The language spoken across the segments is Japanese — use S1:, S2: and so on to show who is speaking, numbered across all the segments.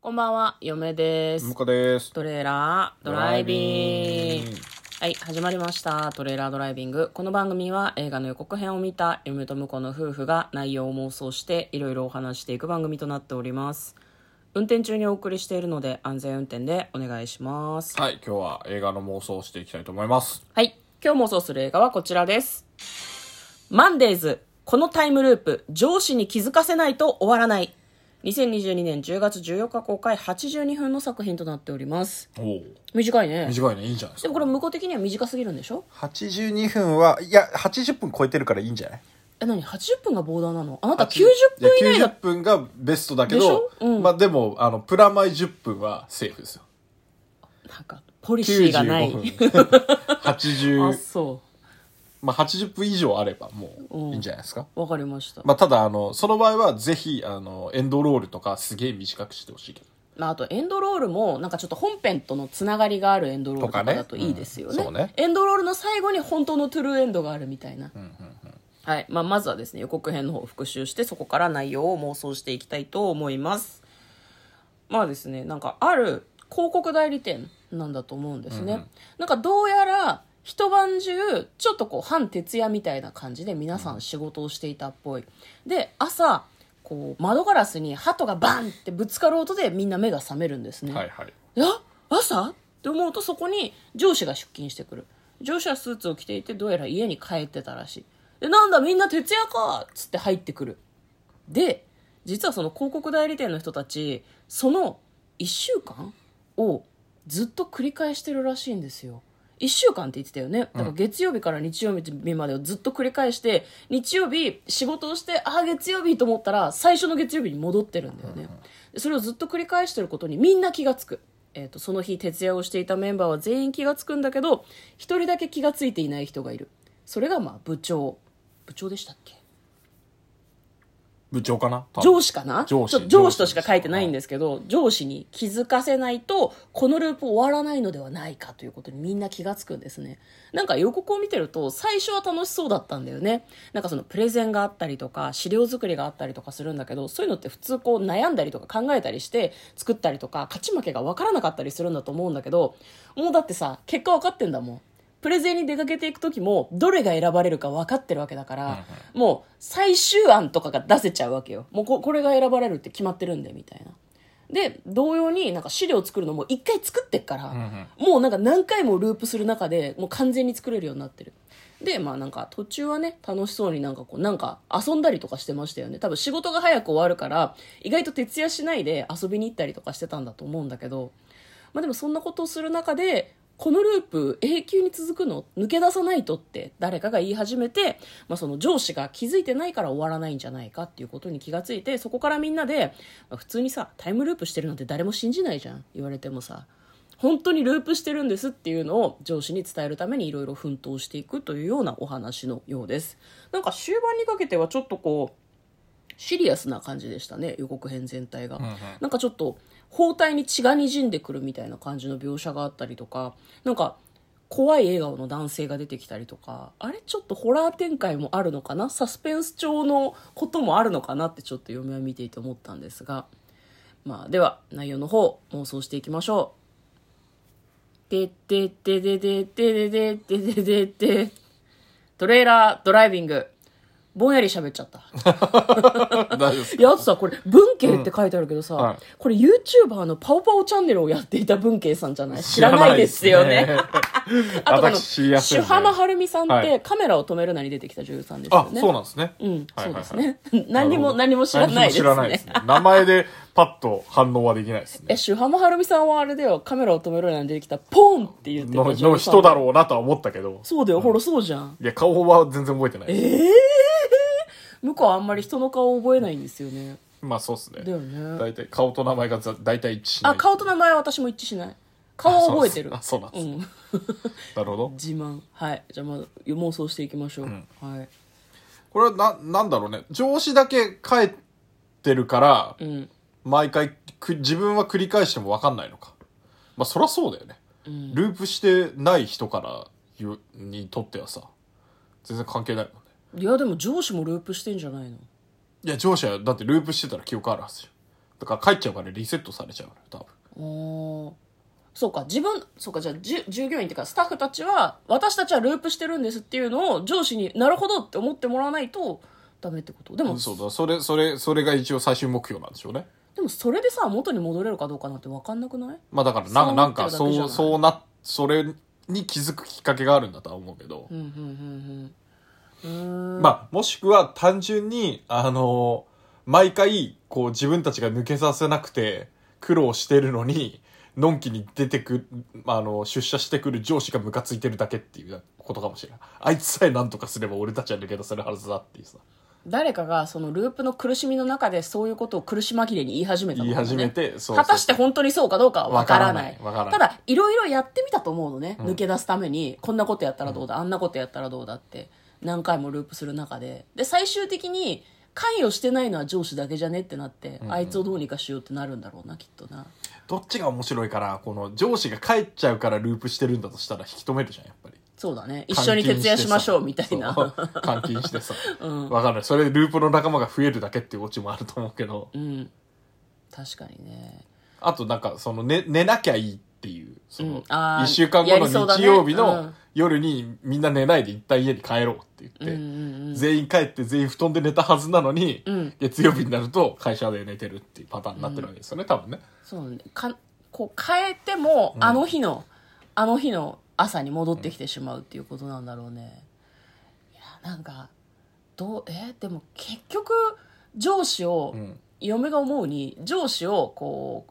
S1: こんばんは、嫁です
S2: 向。こうです
S1: トレーラードライビング。はい、始まりました。トレーラードライビング。この番組は映画の予告編を見た嫁と婿の夫婦が内容を妄想していろいろお話していく番組となっております。運転中にお送りしているので安全運転でお願いします。
S2: はい今日は映画の妄想をしていきたいと思います
S1: はい、今日妄想する映画はこちらです。マンデーズ、このタイムループ、上司に気づかせないと終わらない。2022年10月14日公開82分の作品となっております。
S2: おお
S1: 短いね。
S2: 短いねいいんじゃないです
S1: で
S2: か
S1: もこれ向こう的には短すぎるんでしょ
S2: 82分はいや80分超えてるからいいんじゃない
S1: え、何 ?80 分がボーダーなのあなた90
S2: 80
S1: 分以内
S2: いや
S1: だ。
S2: 90分がベストだけ
S1: でし
S2: ど
S1: ょ、うん
S2: まあでもあのプラマイ10分はセーフですよ
S1: なんか、ポリシーがない。
S2: 95分
S1: あ、
S2: 80
S1: そ
S2: まあ80分以上あればもういいんじゃないですか、
S1: う。わかりました。
S2: まあただあのその場合はぜひあのエンドロールとかすげえ短くしてほしいけど
S1: まあ、あとエンドロールも、なんかちょっと本編とのつながりがあるエンドロールとか
S2: とかね
S1: だといいですよね。
S2: うんそうね
S1: エンドロールの最後に本当のトゥルーエンドがあるみたいな。はい。まあ、まずはですね、予告編の方を復習して、そこから内容を妄想していきたいと思います。まあですね、なんかある広告代理店なんだと思うんですね。なんかどうやら一晩中、ちょっとこう半徹夜みたいな感じで皆さん仕事をしていたっぽい。で、朝、こう窓ガラスに鳩がバンってぶつかる音でみんな目が覚めるんですね。
S2: はいはい
S1: えあ朝って思うとそこに上司が出勤してくる上司はスーツを着ていてどうやら家に帰ってたらしいでなんだみんな徹夜かっつって入ってくるで実はその広告代理店の人たちその1週間をずっと繰り返してるらしいんですよ1週間って言ってたよねだから月曜日から日曜日までをずっと繰り返して日曜日仕事をしてああ月曜日と思ったら最初の月曜日に戻ってるんだよねでそれをずっと繰り返してることにみんな気がつく、えー、とその日徹夜をしていたメンバーは全員気がつくんだけど1人だけ気がついていない人がいるそれがまあ部長部長でしたっけ
S2: 部長かな多分
S1: 上司かな
S2: 上司
S1: ちょっと上司としか書いてないんですけど、上司に気づかせないと、このループ終わらないのではないかということにみんな気がつくんですね。なんか予告を見てると、最初は楽しそうだったんだよね。なんかそのプレゼンがあったりとか、資料作りがあったりとかするんだけど、そういうのって普通こう悩んだりとか考えたりして、作ったりとか、勝ち負けが分からなかったりするんだと思うんだけど、もうだってさ、結果分かってんだもん。プレゼンに出かけていく時もどれが選ばれるか分かってるわけだから、もう最終案とかが出せちゃうわけよもうここれが選ばれるって決まってるんでみたいなで同様になんか資料作るのも一回作ってっから、もうなんか何回もループする中でもう完全に作れるようになってるでまあなんか途中はね楽しそうになんかこうなんか遊んだりとかしてましたよね多分仕事が早く終わるから意外と徹夜しないで遊びに行ったりとかしてたんだと思うんだけどまあ、でもそんなことをする中でこのループ永久に続くの抜け出さないとって誰かが言い始めて、まあ、その上司が気づいてないから終わらないんじゃないかっていうことに気がついてそこからみんなで、まあ普通にさタイムループしてるなんて誰も信じないじゃん言われてもさ本当にループしてるんですっていうのを上司に伝えるためにいろいろ奮闘していくというようなお話のようですなんか終盤にかけてはちょっとこうシリアスな感じでしたね予告編全体が、なんかちょっと包帯に血がにじんでくるみたいな感じの描写があったりとかなんか怖い笑顔の男性が出てきたりとかあれちょっとホラー展開もあるのかなサスペンス調のこともあるのかなってちょっと嫁は見ていて思ったんですがまあでは内容の方妄想していきましょうてってってでででででででででトレーラードライビングぼんやり喋っちゃっ た
S2: 大丈夫です
S1: いや、あとさ、これ、文慶って書いてあるけどさ、
S2: うんはい
S1: これ YouTuber のパオパオチャンネルをやっていた文慶さんじゃない知らないですよ ね。あと、あの、
S2: 私知りやすい
S1: 主
S2: ね
S1: 浜はるみさんって、
S2: はい
S1: カメラを止めるなに出てきた女優さんですよ
S2: あ
S1: ね。、
S2: そうなんですね。
S1: うん
S2: はいはいはい
S1: そうですね 何にも
S2: なるほど
S1: 何も知らないですね
S2: 何も知らないですね。名前でパッと反応はできな いです
S1: え、
S2: ね。
S1: 主浜はるみさんはあれだよ、カメラを止めるなに出てきた、ポンって言ってた
S2: の
S1: 女
S2: の
S1: 優さん
S2: 人だろうなとは思ったけど。
S1: そうだよ、ほら、そうじゃん。
S2: いや、顔は全然覚えてないです。
S1: 向こうはあんまり人の顔を覚えないんですよね。
S2: まあそうっすね。
S1: だよね
S2: 大体、顔と名前がざ大体一致しない。
S1: あ、顔と名前は私も一致しない。顔は覚えてる。
S2: あ、 そうなんです。
S1: うん。
S2: なるほど。
S1: 自慢。はい。じゃあまず妄想していきましょう。はい。
S2: これはな、なんだろうね。上司だけ帰ってるから、
S1: うん。
S2: 毎回く、自分は繰り返しても分かんないのか。まあそりゃそうだよね。ループしてない人から言う、にとってはさ、全然関係ないもんね。
S1: いやでも上司もループしてんじゃないの
S2: いや、上司はだってループしてたら記憶あるはずじゃん。だから帰っちゃうからリセットされちゃうのよ多分
S1: おーそうか自分そうかじゃあじゅ従業員っていうかスタッフたちは私たちはループしてるんですっていうのを上司になるほどって思ってもらわないとダメってことでも、
S2: そうだそれそれそれが一応最終目標なんでしょうね
S1: でもそれでさ元に戻れるかどうかなんて分かんなくない
S2: まあだからな
S1: そう
S2: な
S1: 思
S2: ん
S1: って
S2: か
S1: るだけじゃないう
S2: そそうなそれに気づくきっかけがあるんだとは思うけど、
S1: うんうんうんうんうーん
S2: まあもしくは単純にあの毎回こう自分たちが抜けさせなくて苦労してるのにのんきに出てくあの出社してくる上司がムカついてるだけっていうことかもしれないあいつさえ何とかすれば俺たちは抜け出せるはずだっていうさ
S1: 誰かがそのループの苦しみの中でそういうことを苦し紛れに言い始めたの
S2: 言い
S1: かもね
S2: 始めてそうそう
S1: 果たして本当にそうかどうかは分からない
S2: わからないわからない
S1: ただいろいろやってみたと思うのね、抜け出すためにこんなことやったらどうだ、あんなことやったらどうだって何回もループする中でで最終的に関与してないのは上司だけじゃねってなって、あいつをどうにかしようってなるんだろうなきっとな
S2: どっちが面白いかなこの上司が帰っちゃうからループしてるんだとしたら引き止めるじゃんやっぱり
S1: そうだね一緒に徹夜しましょうみたいな
S2: そう監禁して さ、わかんないそれでループの仲間が増えるだけっていうオチもあると思うけど、
S1: うん確かにね
S2: あとなんかその寝寝なきゃいいっていうその
S1: うんあー
S2: 1週間後
S1: や
S2: の
S1: りそうだ
S2: 日
S1: ね
S2: 曜日
S1: う
S2: の
S1: ん
S2: 夜にみんな寝ないで一旦家に帰ろうって言
S1: うんう
S2: って全員帰って全員布団で寝たはずなのに
S1: ん
S2: 月曜日になると会社で寝てるっていうパターンになってるわけですよね多分ね
S1: そうねかこう変えても、あの日のあの日の朝に戻ってきてしまうっていうことなんだろうね、いやなんかどうえーでも結局上司を、
S2: うん
S1: 嫁が思うに上司をこ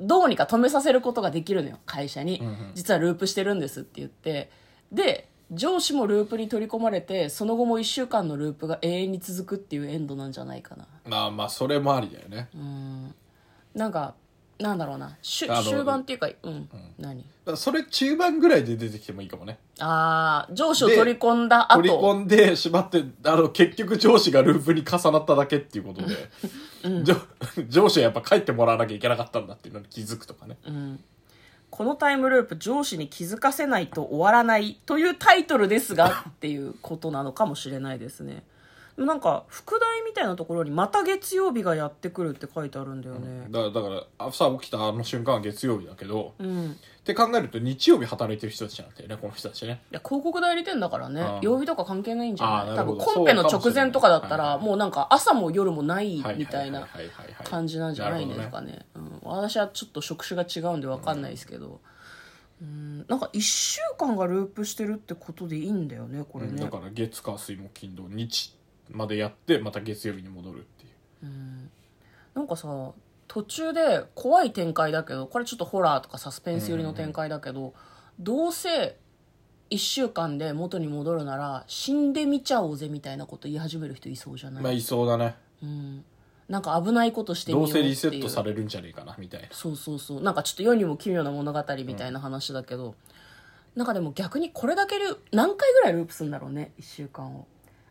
S1: うどうにか止めさせることができるのよ会社に、
S2: んうん
S1: 実はループしてるんですって言ってで上司もループに取り込まれてその後も1週間のループが永遠に続くっていうエンドなんじゃないかな
S2: まあまあそれもありだよね
S1: うんなんかなんだろうな終
S2: あの
S1: 終盤っていうかうん、何
S2: だからそれ中盤ぐらいで出てきてもいいかもね
S1: ああ上司を
S2: で
S1: 取り込んだ後
S2: 取り込んでしまってあの結局上司がループに重なっただけってい うことで、上上司はやっぱ帰ってもらわなきゃいけなかったんだっていうのに気づくとかね
S1: このタイムループ上司に気づかせないと終わらないというタイトルですが っていうことなのかもしれないですねでもなんか副題みたいなところに「また月曜日がやってくる」って書いてあるんだよね
S2: だだから朝起きたあの瞬間は月曜日だけど、
S1: うん、い
S2: って考えると日曜日働いてる人たちなんだよねこの人たちね
S1: や広告代理店だから
S2: あ
S1: ね
S2: ー
S1: 曜日とか関係ないんじゃ
S2: あ
S1: な
S2: ー
S1: い
S2: な
S1: 多
S2: るほ
S1: 分
S2: ど
S1: コンペの
S2: そうかも
S1: 直
S2: しれない
S1: 前とかだった
S2: はいはい
S1: ら
S2: はい
S1: もうなんか朝も夜もない
S2: は
S1: みたいな
S2: はははは
S1: 感じなんじゃないんですか
S2: る
S1: ねうん、私はちょっと職種が違うんで分かんないですけど、うん、なんか1週間がループしてるってことでいいんだよねこ
S2: ほ
S1: れ
S2: どね
S1: ね、
S2: うんだから月火水木金土日までやってまた月曜日に戻るっていう
S1: なんかさ途中で怖い展開だけどこれちょっとホラーとかサスペンス寄りの展開だけど、どうせ1週間で元に戻るなら死んでみちゃおうぜみたいなこと言い始める人いそうじゃない、
S2: まあいそうだね
S1: うん、なんか危ないことしてみ
S2: ど
S1: よう
S2: う
S1: って
S2: せ
S1: いう
S2: リセットされるんじゃねえかなみたいな
S1: そうそうそうなんかちょっと世にも奇妙な物語みたいな話だけど、なんかでも逆にこれだけルー何回ぐらいループするんだろうね1週間を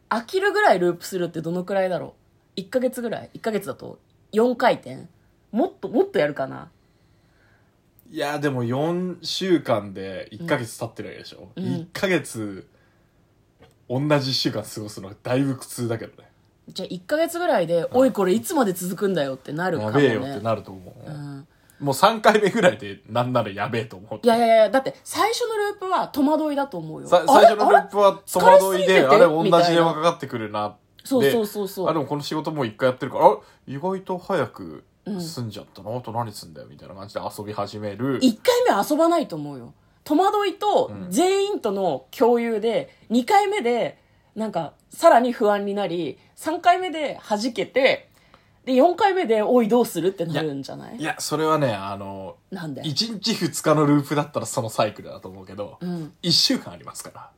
S1: 飽きるぐらいループするってどのくらいだろう1ヶ月ぐらい1ヶ月だと4回転もっともっとやるかない
S2: やでも4週間で1ヶ月経ってるわけでしょ、
S1: うん
S2: 1ヶ月同じ1週間過ごすのはだいぶ苦痛だけどね
S1: じゃあ1ヶ月ぐらいで「おいこれいつまで続くんだよ」ってなるか
S2: や
S1: も
S2: べえ
S1: ね
S2: よってなると思う、
S1: うん
S2: もう3回目ぐらいでなんならやべえと思う
S1: いやいやいやだって最初のループは戸惑いだと思うよ
S2: さ
S1: あれ
S2: 最初のループは戸惑い
S1: あれ疲れすぎて
S2: で
S1: て
S2: あれ同じ
S1: みたいな
S2: 電話かかってくるな
S1: そうそうそうそう
S2: であでもこの仕事もう1回やってるからあ意外と早く済んじゃったな、あと何すんだよみたいな感じで遊び始め
S1: 1
S2: る
S1: 回目は遊ばないと思うよ戸惑いと全員との共有で、2回目でなんかさらに不安になり3回目で弾けてで4回目で「おいどうする?」ってなるんじゃない
S2: いやそれはねあの
S1: なんで
S2: 1日2日のループだったらそのサイクルだと思うけど、
S1: うん
S2: 1週間ありますから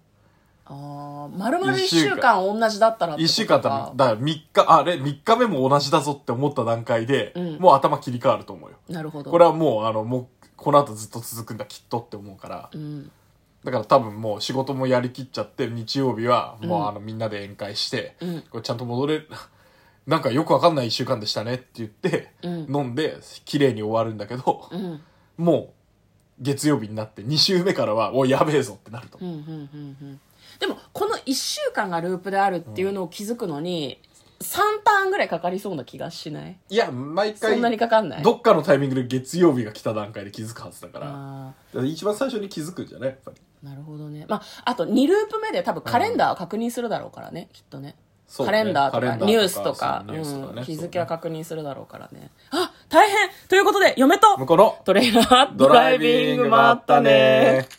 S1: ああ丸々1
S2: 一週
S1: 週間同じだったらってことか
S2: 一週間だったら、だから3日、あれ、3日目も同じだぞって思った段階で、
S1: うん
S2: もう頭切り替わると思うよ。
S1: なるほど
S2: これはもう、あの、もう、この後ずっと続くんだ、きっとって思うから
S1: う。ん
S2: だから多分もう仕事もやりきっちゃって、日曜日はもう、
S1: うん
S2: あの、みんなで宴会して、
S1: うん
S2: これちゃんと戻れ、 なんかよくわかんない一週間でしたねって言って、
S1: うん
S2: 飲んで、綺麗に終わるんだけど、
S1: うんうん
S2: もう、月曜日になって、2週目からは、おい、やべえぞってなると
S1: うんうんうんうんでもこの1週間がループであるっていうのを気づくのに、 3ターンぐらいかかりそうな気がしない
S2: いや、毎
S1: そ
S2: 回
S1: んな、にかかんない
S2: どっかのタイミングで月曜日が来た段階で気づくはずだから。
S1: あ
S2: だから一番最初に気づくんじゃないやっぱり。
S1: ーなるほどね、まあ、あと2ループ目で多分カレンダーを確認するだろうからねきっとね
S2: そう
S1: カ
S2: ね
S1: レンダーとかニュースとか
S2: そうニュースとかね
S1: うん
S2: そう
S1: 日
S2: ね
S1: 付は確認するだろうからねあ大変ということで嫁と
S2: 向こうの
S1: トレーラード
S2: ド
S1: ラ
S2: ラ
S1: イ
S2: イ
S1: ビ
S2: ビ
S1: ング
S2: ング
S1: も
S2: も
S1: あ
S2: あ
S1: っ
S2: ったた
S1: ね
S2: ね